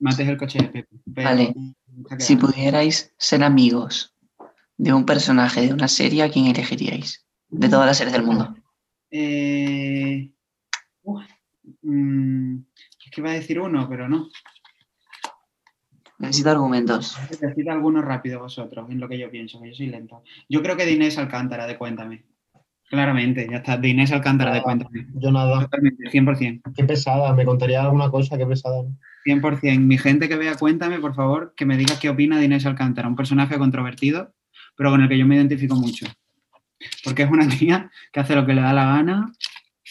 B: Mates el coche de Pepe. pero
C: Vale. pues.
B: está
C: Si
B: quedando.
C: pudierais ser amigos de un personaje de una serie, ¿a quién elegiríais? De todas las series del mundo.
B: Eh, uf, mm, es que iba a decir uno, pero no.
C: Necesito argumentos.
B: Decid alguno rápido vosotros, en lo que yo pienso, que yo soy lento. Yo creo que de Inés Alcántara, de Cuéntame. Claramente, ya está, de Inés Alcántara, de
A: Ah.
B: Cuéntame.
A: Yo nada.
B: Totalmente, 100%.
A: Qué pesada. Me contaría alguna cosa, qué pesada. ¿no?
B: 100%. Mi gente que vea, cuéntame, por favor, que me digas qué opina de Inés Alcántara, un personaje controvertido, pero con el que yo me identifico mucho. Porque es una tía que hace lo que le da la gana,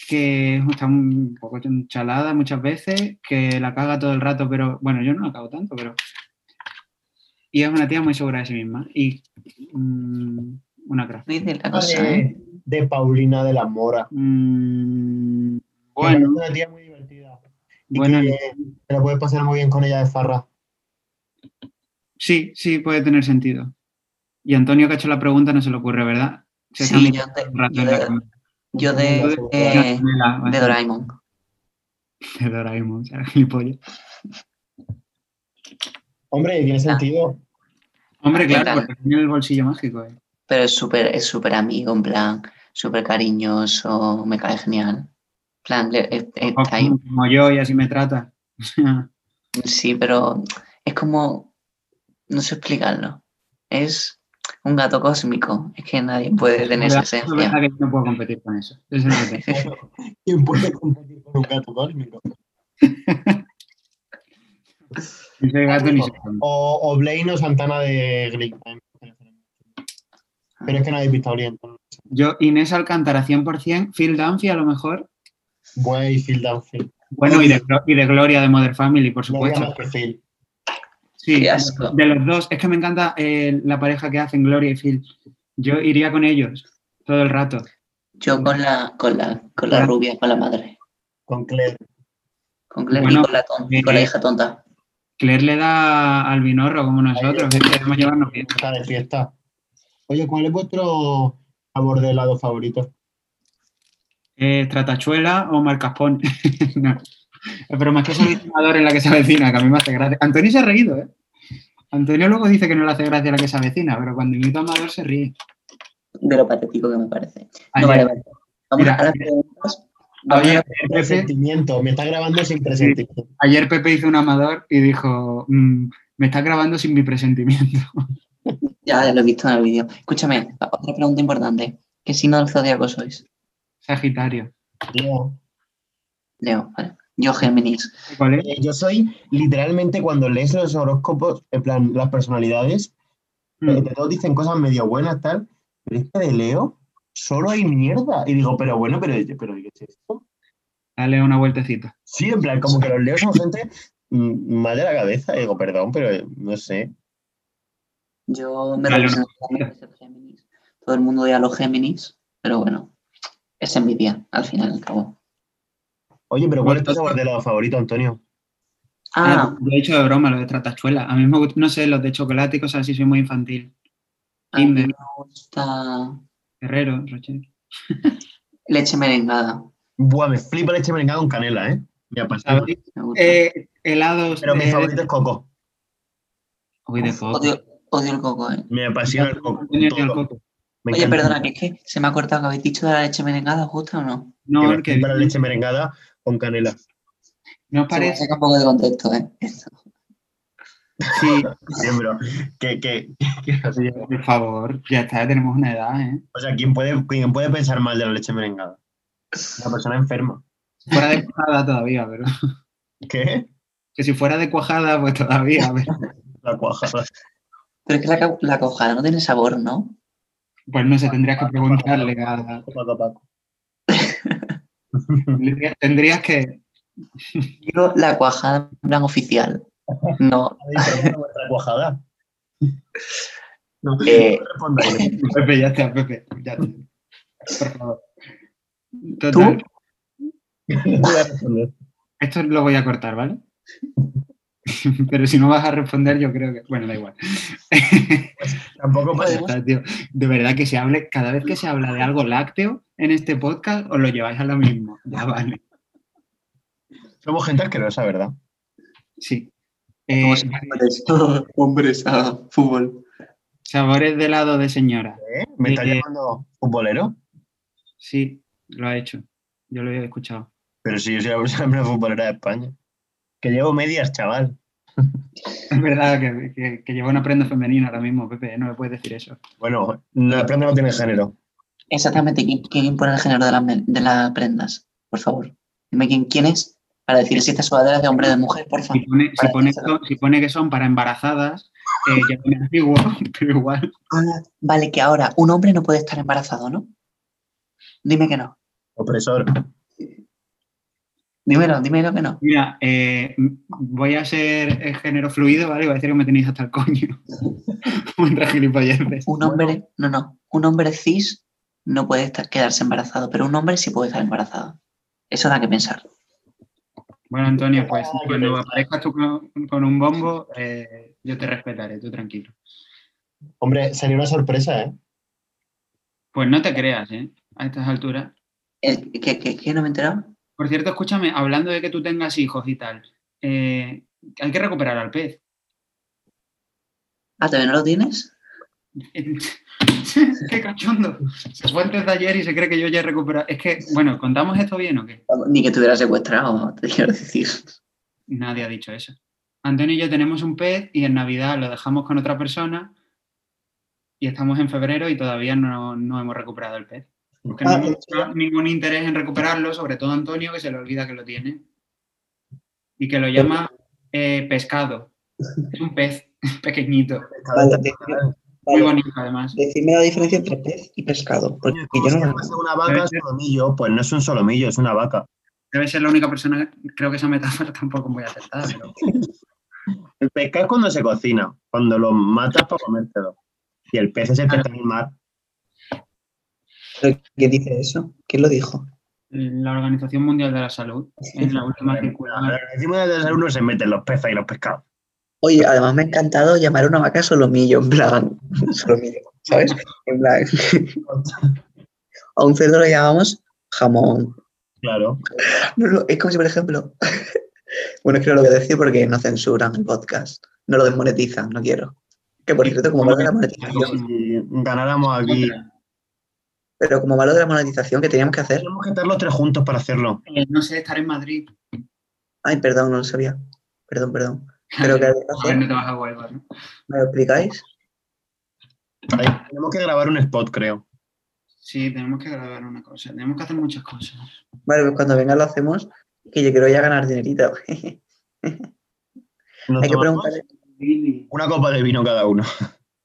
B: que está un poco chalada muchas veces, que la caga todo el rato, pero bueno, yo no la cago tanto, pero... Y es una tía muy segura de sí misma y mm, una crack.
C: Difícil la cosa, ¿eh?
A: De, de Paulina de la Mora.
B: Mm,
A: Bueno. Es
B: bueno,
A: una tía muy divertida. Y
B: bueno,
A: que te la puedes pasar muy bien con ella de farra.
B: sí, sí, puede tener sentido. Y Antonio que ha hecho la pregunta no se le ocurre, ¿verdad? Se
C: Sí,
B: está
C: yo
B: mirando
C: te-
B: un rato
C: yo
B: en la
C: de-
B: cama.
C: Yo de, eh, de Doraemon.
B: De Doraemon, o sea, gilipollas.
A: Hombre,
B: Ah.
A: tiene sentido.
B: Hombre,
C: Total.
B: claro, porque tiene el bolsillo mágico. eh.
C: Pero es súper es súper amigo, en plan, súper cariñoso, me cae genial. En plan, le- eh, es-
B: O
C: está ahí.
B: como, como yo y así me trata.
C: Sí, pero es como, no sé explicarlo. Es un gato cósmico. Es que nadie puede tener esa
B: Eso es verdad
C: esencia.
B: que yo no puedo competir con eso. Eso es verdad.
A: ¿Quién puede competir con un gato cósmico?
B: Ni soy gato ni soy hombre.
A: O, o Blaine o Santana de Glick. Pero es que no habéis visto Oriente.
B: Yo, Inés Alcántara, 100%, Phil Dunphy a lo mejor.
A: Güey, Phil Dunphy.
B: Bueno, y de, Glo- y de Gloria de Mother Family, por
A: No
B: supuesto.
A: más que Phil.
B: Sí,
C: Qué asco.
B: de los dos. Es que me encanta eh, la pareja que hacen Gloria y Phil. Yo iría con ellos todo el rato.
C: Yo con la, con la, con la rubia, con la madre.
A: Con Claire.
C: Con Claire y
B: Bueno,
C: con la, ton- y con la
B: eh,
C: hija tonta.
B: Claire le da al binorro como nosotros. Es que debemos llevarnos bien.
A: Está de fiesta. Oye, ¿cuál es vuestro sabor de helado favorito?
B: Eh, Tratachuela o Marcaspón. no. Pero más que solucionador en la que se avecina, que a mí me hace gracia. Antonio se ha reído, ¿eh? Antonio luego dice que no le hace gracia la que se avecina, pero cuando imita a Amador se ríe.
C: De lo patético que me parece.
B: Ayer,
C: No, vale, vale. Vamos
B: Mira,
C: a las preguntas. Vamos
B: ayer,
C: a-
B: Pepe,
A: Presentimiento. Me está grabando sin presentimiento.
B: ayer Pepe hizo un Amador y dijo: "Mm, Me estás grabando sin mi presentimiento.
C: Ya lo he visto en el vídeo. Escúchame, otra pregunta importante. ¿Qué signo del zodiaco sois?
B: Sagitario.
A: Yo,
C: Leo, vale. Yo, Géminis.
B: ¿Cuál es?
A: eh, yo soy literalmente cuando lees los horóscopos, en plan, las personalidades,
B: Mm.
A: Entre todos dicen cosas medio buenas, tal. Pero es que de Leo solo hay mierda. Y digo, pero bueno, pero, pero ¿qué es esto?
B: Dale una vueltecita.
A: Sí, en plan, como que los Leo son gente mm, mal de la cabeza. Y digo, perdón, pero eh, no sé.
C: Yo me
B: Vale,
C: represento
B: una
C: como ser Géminis. Todo el mundo odia a los Géminis, pero bueno, es envidia, al final y al cabo.
A: Oye, pero ¿cuál es tu sabor de helado favorito, Antonio?
C: Ah,
B: Lo he dicho de broma, lo de tratachuela. A mí me gusta, no sé, los de chocolate y cosas así, soy muy infantil.
C: a mí
B: Kinder.
C: me gusta
B: Herrero, Rocher.
C: Leche merengada.
A: Buah, me flipa leche merengada con canela, ¿eh? Me apasiona.
B: ¿Sabéis?
C: Me gusta.
B: Eh, helados.
A: Pero mi
B: eh,
A: favorito es coco.
B: Uy, de
C: Uf,
B: coco.
C: Odio, odio el coco, ¿eh?
A: Me apasiona el coco.
B: Coño, el
A: todo.
B: coco.
A: Me
C: Oye,
A: encanta.
C: perdona, que es que se me ha cortado que habéis dicho de la leche merengada, ¿justo o no?
A: Que
B: No,
A: me
B: que
A: flipa la leche merengada con canela.
B: no os
C: Se me
B: parece.
C: saca un poco de contexto, ¿eh? Esto.
B: Sí,
A: Sí, pero que, que- que- o sea,
B: por favor, ya está, ya tenemos una edad, ¿eh?
A: o sea, ¿quién puede, quién puede pensar mal de la leche merengada? Una persona enferma.
B: Fuera de cuajada todavía, pero.
A: ¿Qué?
B: Que si fuera de cuajada, pues todavía, pero-
A: La cuajada.
C: Pero es que la, ca- la cojada no tiene sabor, ¿no?
B: Pues no sé, tendrías que preguntarle a.
A: Paco, Paco.
B: tendrías- Tendrías que.
C: Digo la cuajada en plan oficial. No,
A: ¿Habéis probado vuestra cuajada? No,
C: Eh.
A: no respondáis.
B: Pepe, ya está, Pepe, ya está. Por favor. Total,
A: No voy a responder.
B: esto lo voy a cortar, ¿vale? Pero si no vas a responder, yo creo que. Bueno, da igual.
A: Tampoco pasa.
B: Ya está, tío. De verdad que se hable, cada vez que se habla de algo lácteo en este podcast, os lo lleváis a lo mismo. Ya vale.
A: Somos gente asquerosa, ¿verdad?
B: Sí. Eh,
C: como si hombres, hombres a fútbol.
B: sabores de helado de señora.
A: ¿Eh? ¿Me estás
B: Eh.
A: llamando futbolero?
B: Sí, lo ha hecho. Yo lo he escuchado.
A: Pero si yo soy la persona futbolera de España. Que llevo medias, chaval.
B: Es verdad que, que- que lleva una prenda femenina ahora mismo, Pepe. ¿eh? No me puedes decir eso.
A: Bueno, la prenda no tiene género.
C: Exactamente, ¿quién, quién impone el género de, las men- de las prendas? Por favor. Dime quién, quién es para decir si esta sudadera es de hombre o de mujer, por
B: Si
A: Ah,
C: favor.
B: pone, si
C: Para
B: pone,
C: decírselo.
B: si pone que son para embarazadas, eh, ya pone antiguo, pero igual.
C: Ah, vale, que ahora un hombre no puede estar embarazado, ¿no? Dime que no.
A: Opresor.
C: Dímelo, dímelo que no.
B: Mira, eh, voy a ser eh, género fluido, ¿vale? Voy a decir que me tenéis hasta el coño. Contra gilipolleces.
C: Un hombre, no, no. Un hombre cis no puede estar, quedarse embarazado, pero un hombre sí puede estar embarazado. Eso da que pensar.
B: Bueno, Antonio, pues
A: Ah,
B: cuando
A: qué
B: aparezcas tú con, con un bombo, eh, yo te respetaré, tú tranquilo.
A: Hombre, sería una sorpresa, ¿eh?
B: Pues no te creas, ¿eh? A estas alturas.
C: El- ¿Qué, qué- qué? no me he enterado?
B: Por cierto, escúchame, hablando de que tú tengas hijos y tal, eh, hay que recuperar al pez.
C: Ah, ¿todavía no lo tienes?
B: ¡Qué cachondo! Se fue antes de ayer y se cree que yo ya he recuperado. Es que, bueno, ¿contamos esto bien o qué?
C: Ni que te hubiera secuestrado, te quiero decir.
B: Nadie ha dicho eso. Antonio y yo tenemos un pez y en Navidad lo dejamos con otra persona y estamos en febrero y todavía no, no hemos recuperado el pez. Porque no
A: Ah,
B: hemos mostrado ningún interés en recuperarlo, sobre todo Antonio, que se le olvida que lo tiene. Y que lo llama eh, pescado. Es un pez pequeñito, muy bonito además.
C: Decidme la diferencia entre pez y pescado, porque
A: Como si fuese una vaca
B: Pero-
A: solomillo, pues no es un solomillo, es una vaca.
B: Debe ser la única persona, creo que esa metáfora tampoco muy acertada, pero
A: El pescado es cuando se cocina, cuando lo matas para comértelo. Y el pez es el que está en el mar.
C: ¿Qué dice eso? ¿Quién lo dijo?
B: la Organización Mundial de la Salud, en la última circular,
A: Ahora, encima de los unos se meten los peces y los pescados.
C: Oye, además me ha encantado llamar a una vaca solomillo, en plan, solomillo, ¿sabes? En plan, a un cerdo le llamamos jamón.
A: Claro.
C: No, no, es como si, por ejemplo, bueno, es que no lo voy a decir porque no censuran el podcast, no lo desmonetizan, no quiero. Que por cierto, como malo de la monetización,
A: Si ganáramos aquí.
B: Otra.
C: pero como malo de la monetización que teníamos que hacer,
A: Tenemos que estar los tres juntos para hacerlo.
B: Eh, no sé, estar en Madrid.
C: ay, perdón, no lo sabía, perdón, perdón. Pero que había que
B: A ver,
C: hacer,
B: no te vas a Huelva, ¿no?
C: ¿me lo explicáis?
A: Ahí tenemos que grabar un spot, creo.
B: Sí, tenemos que grabar una cosa. Tenemos que hacer muchas cosas.
C: Vale, pues cuando venga lo hacemos, que yo quiero ya ganar dinerito. Hay
A: Nos
C: que
A: tomamos
C: preguntarle.
B: Lili,
A: Una copa de vino cada uno.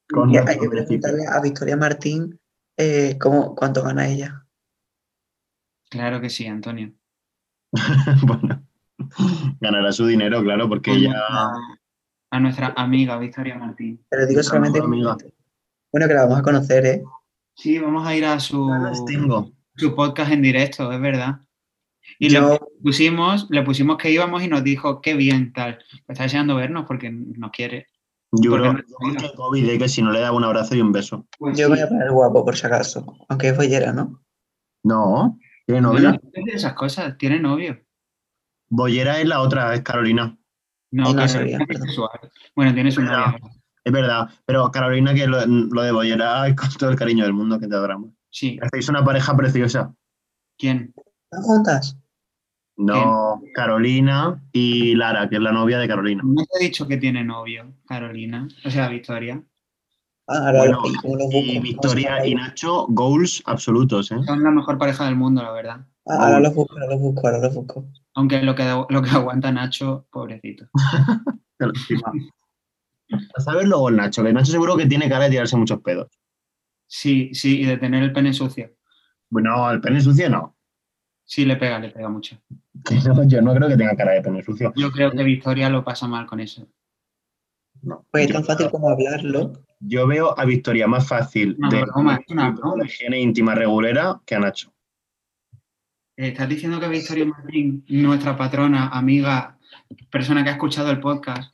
A: Con
C: Y
A: nuestro
C: hay que
A: municipio.
C: preguntarle a Victoria Martín eh, cómo, cuánto gana ella.
B: Claro que sí, Antonio.
A: bueno, ganará su dinero, claro, porque
B: Con
A: ella.
B: nuestra- A nuestra amiga Victoria Martín.
C: Pero digo solamente.
A: amiga.
C: Bueno, que la vamos a conocer, ¿eh?
B: Sí, vamos a ir a su,
A: Ganas tengo.
B: su podcast en directo, es verdad. Y
C: Yo-
B: le, pusimos, le pusimos que íbamos y nos dijo, qué bien, tal. Pues está deseando vernos porque nos quiere.
A: Yo
B: Porque
A: creo
B: no-
A: yo creo que el COVID es que si no le daba un abrazo y un beso.
B: Pues
C: Yo
B: sí.
C: me voy a poner guapo, por si acaso. Aunque es follera, ¿no?
A: No, tiene
B: No,
A: novia.
B: no entiende esas cosas, tiene novio.
A: Bollera es la otra, es Carolina.
B: No,
C: Ay, no
B: Carolina
C: sabía,
B: es
C: perdón.
B: bisexual. Bueno, tiene su
A: Verdad.
B: novia.
A: Es verdad, pero Carolina, que lo, lo de Bollera es con todo el cariño del mundo que te adoramos.
B: Sí,
A: Hacéis una pareja preciosa.
B: ¿quién?
C: ¿Están juntas?
A: No, Carolina y Lara, que es la novia de Carolina.
B: No te he dicho que tiene novio, Carolina, o sea, Victoria.
C: Ah, ahora
A: Bueno,
C: lo vi, ¿cómo lo
A: Y
C: busco?
A: Victoria y Nacho, goals absolutos, ¿eh?
B: Son la mejor pareja del mundo, la verdad.
C: Ah, ahora los busco, ahora los busco, ahora los busco.
B: Aunque lo que, lo que aguanta Nacho, pobrecito.
A: Te lo- A saber luego el Nacho, que Nacho seguro que tiene cara de tirarse muchos pedos.
B: Sí, sí, y de tener el pene sucio.
A: Bueno, el pene sucio no.
B: Sí, le pega, le pega mucho.
A: Que no, Yo no creo que tenga cara de pene sucio.
B: Yo creo que Victoria lo pasa mal con eso.
A: No.
C: Pues es
A: Yo-
C: tan fácil como hablarlo.
A: Yo veo a Victoria más fácil
B: Una
A: de
B: broma, es una broma.
A: de higiene íntima regulera que a Nacho.
B: Eh, Estás diciendo que Victoria Martín, nuestra patrona, amiga, persona que ha escuchado el podcast,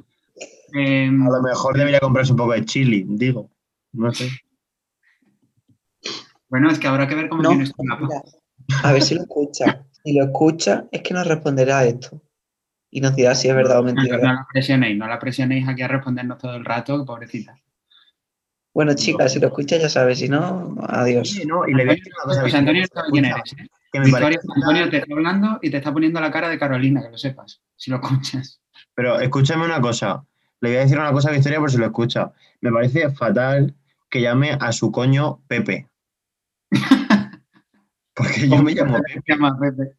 B: eh,
A: A lo mejor debería comprarse un poco de chili, digo. No sé.
B: bueno, es que habrá que ver cómo
C: No, Pues
B: tienes tu mapa.
C: mira, a ver si lo escucha. Si lo escucha, es que nos responderá a esto. Y nos dirá si es verdad o
B: No, no
C: mentira.
B: la presionéis, no la presionéis aquí a respondernos todo el rato, pobrecita.
C: Bueno, chicas, si lo escucha ya sabes, si no, adiós.
A: Sí, no, y le voy a decir una cosa a
B: José Pues Antonio,
A: Victoria,
B: ¿sabes quién eres? eh?
A: que me
B: Victoria,
A: parece-
B: Antonio te está hablando y te está poniendo la cara de Carolina, que lo sepas, si lo escuchas.
A: Pero escúchame una cosa. Le voy a decir una cosa a Victoria por si lo escucha. Me parece fatal que llame a su coño Pepe. Porque yo me llamo Pepe.
B: Te llamas Pepe.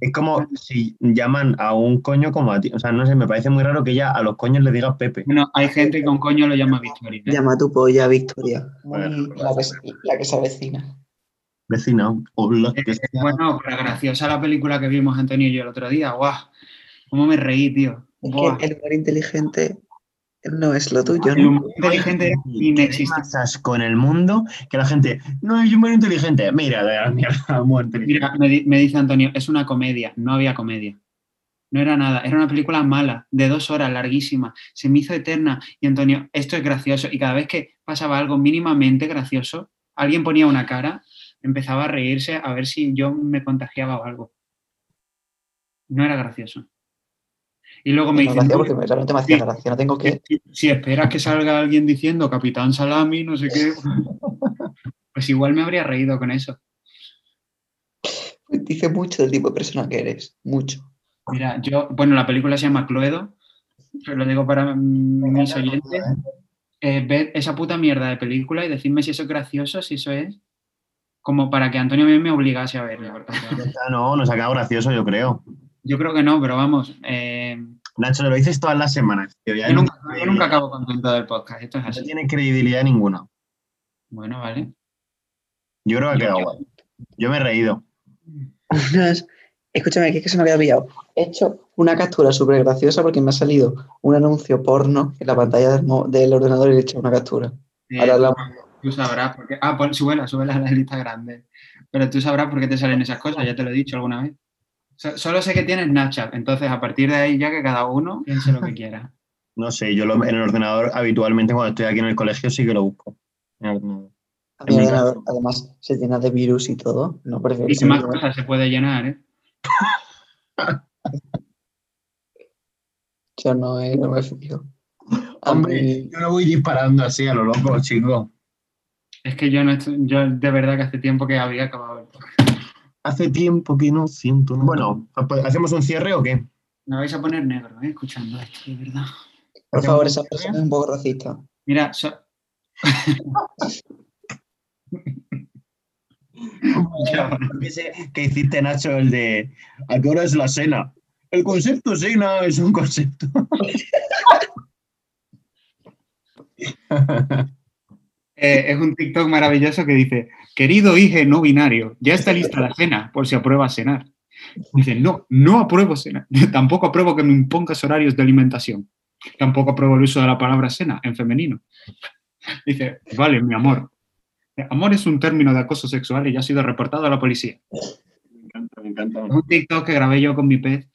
A: Es como si llaman a un coño como a ti. O sea, no sé, me parece muy raro que ya a los coños le digas Pepe.
B: Bueno, hay gente que un coño lo llama Victoria. ¿eh?
C: Llama a tu polla, Victoria. Muy-
A: Bueno,
C: la, que, la que se avecina.
A: Vecina, hola.
B: Eh,
A: que sea-
B: Bueno, pero graciosa la película que vimos Antonio y yo el otro día, guau. ¿Cómo me reí, tío?
C: Es
B: Buah.
C: que el humor inteligente no es lo tuyo,
B: El
C: ¿no?
B: humor inteligente era
A: Y
B: inexistente.
A: con el mundo que la gente no es muy inteligente. Mira, de la mierda, muy inteligente.
B: Mira, me, di- me dice Antonio, es una comedia. No había comedia. No era nada. Era una película mala, de dos horas, larguísima. Se me hizo eterna. Y Antonio, esto es gracioso. Y cada vez que pasaba algo mínimamente gracioso, alguien ponía una cara, empezaba a reírse a ver si yo me contagiaba o algo. No era gracioso. Y luego me
C: No,
B: dice,
C: gracias, porque me- realmente me hacía gracia, no tengo que...
B: si, si esperas que salga alguien diciendo Capitán Salami, no sé qué, pues igual me habría reído con eso.
C: Dice mucho del tipo de persona que eres, mucho.
B: Mira, yo, bueno, la película se llama Cluedo, pero lo digo para mm, mis oyentes. Eh, ved esa puta mierda de película y decidme si eso es gracioso, si eso es como para que Antonio me, me obligase a verla. porque
A: Ah, No, nos ha quedado gracioso, yo creo.
B: Yo creo que no, pero vamos, eh,
A: Nacho, lo dices todas las semanas. tío, ya
B: yo,
A: no
B: nunca,
A: tiene
B: yo nunca
A: credibilidad.
B: acabo contento del podcast, esto es
A: No
B: así.
A: tiene credibilidad ninguna.
B: Bueno, vale.
A: Yo creo que ha
B: Yo-
A: quedado guay. Yo me he reído.
C: Unas- Escúchame, que es que se me ha quedado pillado. He hecho una captura súper graciosa porque me ha salido un anuncio porno en la pantalla del, mo- del ordenador y le he hecho una captura.
B: Eh,
C: Ahora la-
B: Tú sabrás porque. Ah, pon, súbela, súbela a la lista grande. Pero tú sabrás por qué te salen esas cosas, ya te lo he dicho alguna vez. So- solo sé que tienes Snapchat, entonces a partir de ahí ya que cada uno piense lo que quiera.
A: No sé, yo lo- en el ordenador habitualmente cuando estoy aquí en el colegio sí que lo busco. En el ordenador.
C: Mi
A: mi
C: ordenador,
A: caso.
C: además, se llena de virus y todo. No prefiero
B: Y
C: que
B: qué más
C: me llene.
B: cosas se puede llenar, ¿eh?
C: Yo no, eh, no me fijo. A
A: Hombre,
C: mí-
A: yo lo voy disparando así a lo loco, chico.
B: Es que yo no estoy, yo de verdad que hace tiempo que había acabado el podcast.
A: Hace tiempo que no siento nada. Bueno, pues, ¿hacemos un cierre o qué?
B: Me vais a poner negro, ¿eh? Escuchando esto, de verdad.
C: por favor, esa persona es un poco racista.
B: Mira, so-
A: Que, se- que hiciste, Nacho, el de ¿a qué hora es la cena? El concepto cena es un concepto.
B: eh, es un TikTok maravilloso que dice: Querido hijo no binario, ya está lista la cena, por si apruebas cenar. Dice, no, no apruebo cena. Tampoco apruebo que me impongas horarios de alimentación. Tampoco apruebo el uso de la palabra cena en femenino. Dice, vale, mi amor. Amor es un término de acoso sexual y ya ha sido reportado a la policía.
A: me encanta, me encanta.
B: Es un TikTok que grabé yo con mi pez.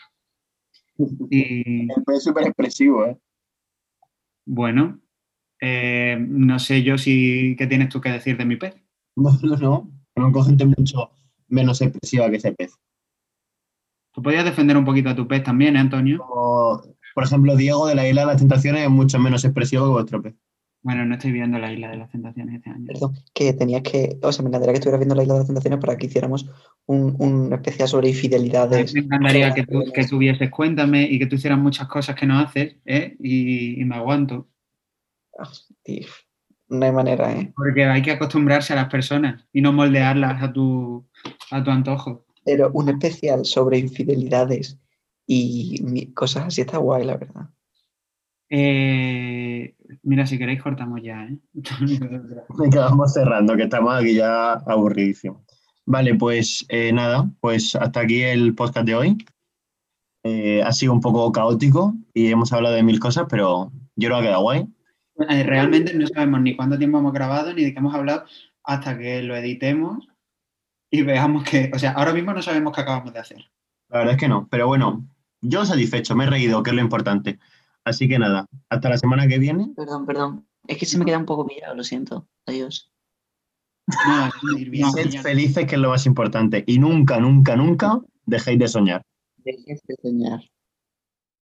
B: Y
A: Es súper expresivo, ¿eh?
B: bueno, Eh, no sé yo si qué tienes tú que decir de mi pez.
A: No, no, no. Conozco gente mucho menos expresiva que ese pez.
B: Tú podías defender un poquito a tu pez también, ¿eh, Antonio.
A: Como, por ejemplo, Diego de la Isla de las Tentaciones es mucho menos expresivo que vuestro pez.
B: Bueno, no estoy viendo la isla de las tentaciones este año.
C: Perdón, que tenías que. O sea, me encantaría que estuvieras viendo la isla de las tentaciones para que hiciéramos un, un especial sobre
B: Ay,
C: infidelidades.
B: Me encantaría que tú, que tuvieses cuéntame y que tú hicieras muchas cosas que no haces, ¿eh? Y, y me aguanto.
C: Y, no hay manera, ¿eh?
B: Porque hay que acostumbrarse a las personas y no moldearlas a tu, a tu antojo.
C: Pero un especial sobre infidelidades y mi- cosas así está guay, la verdad.
B: Eh, mira, si queréis cortamos ya, ¿eh?
A: Y que vamos cerrando, que estamos aquí ya aburridísimos. Vale, pues eh, nada, pues hasta aquí el podcast de hoy. Eh, ha sido un poco caótico y hemos hablado de mil cosas, pero yo creo que ha quedado guay.
B: Eh, Realmente no sabemos ni cuánto tiempo hemos grabado ni de qué hemos hablado hasta que lo editemos y veamos que, o sea, ahora mismo no sabemos qué acabamos de hacer.
A: La verdad es que no, pero bueno, yo satisfecho, me he reído, que es lo importante. Así que nada, hasta la semana que viene.
C: Perdón, perdón. Es que se me queda un poco pillado, lo siento. Adiós.
B: No, es ir bien,
A: Sed
B: ya.
A: felices, que es lo más importante. Y nunca, nunca, nunca dejéis de soñar.
C: Dejéis de soñar.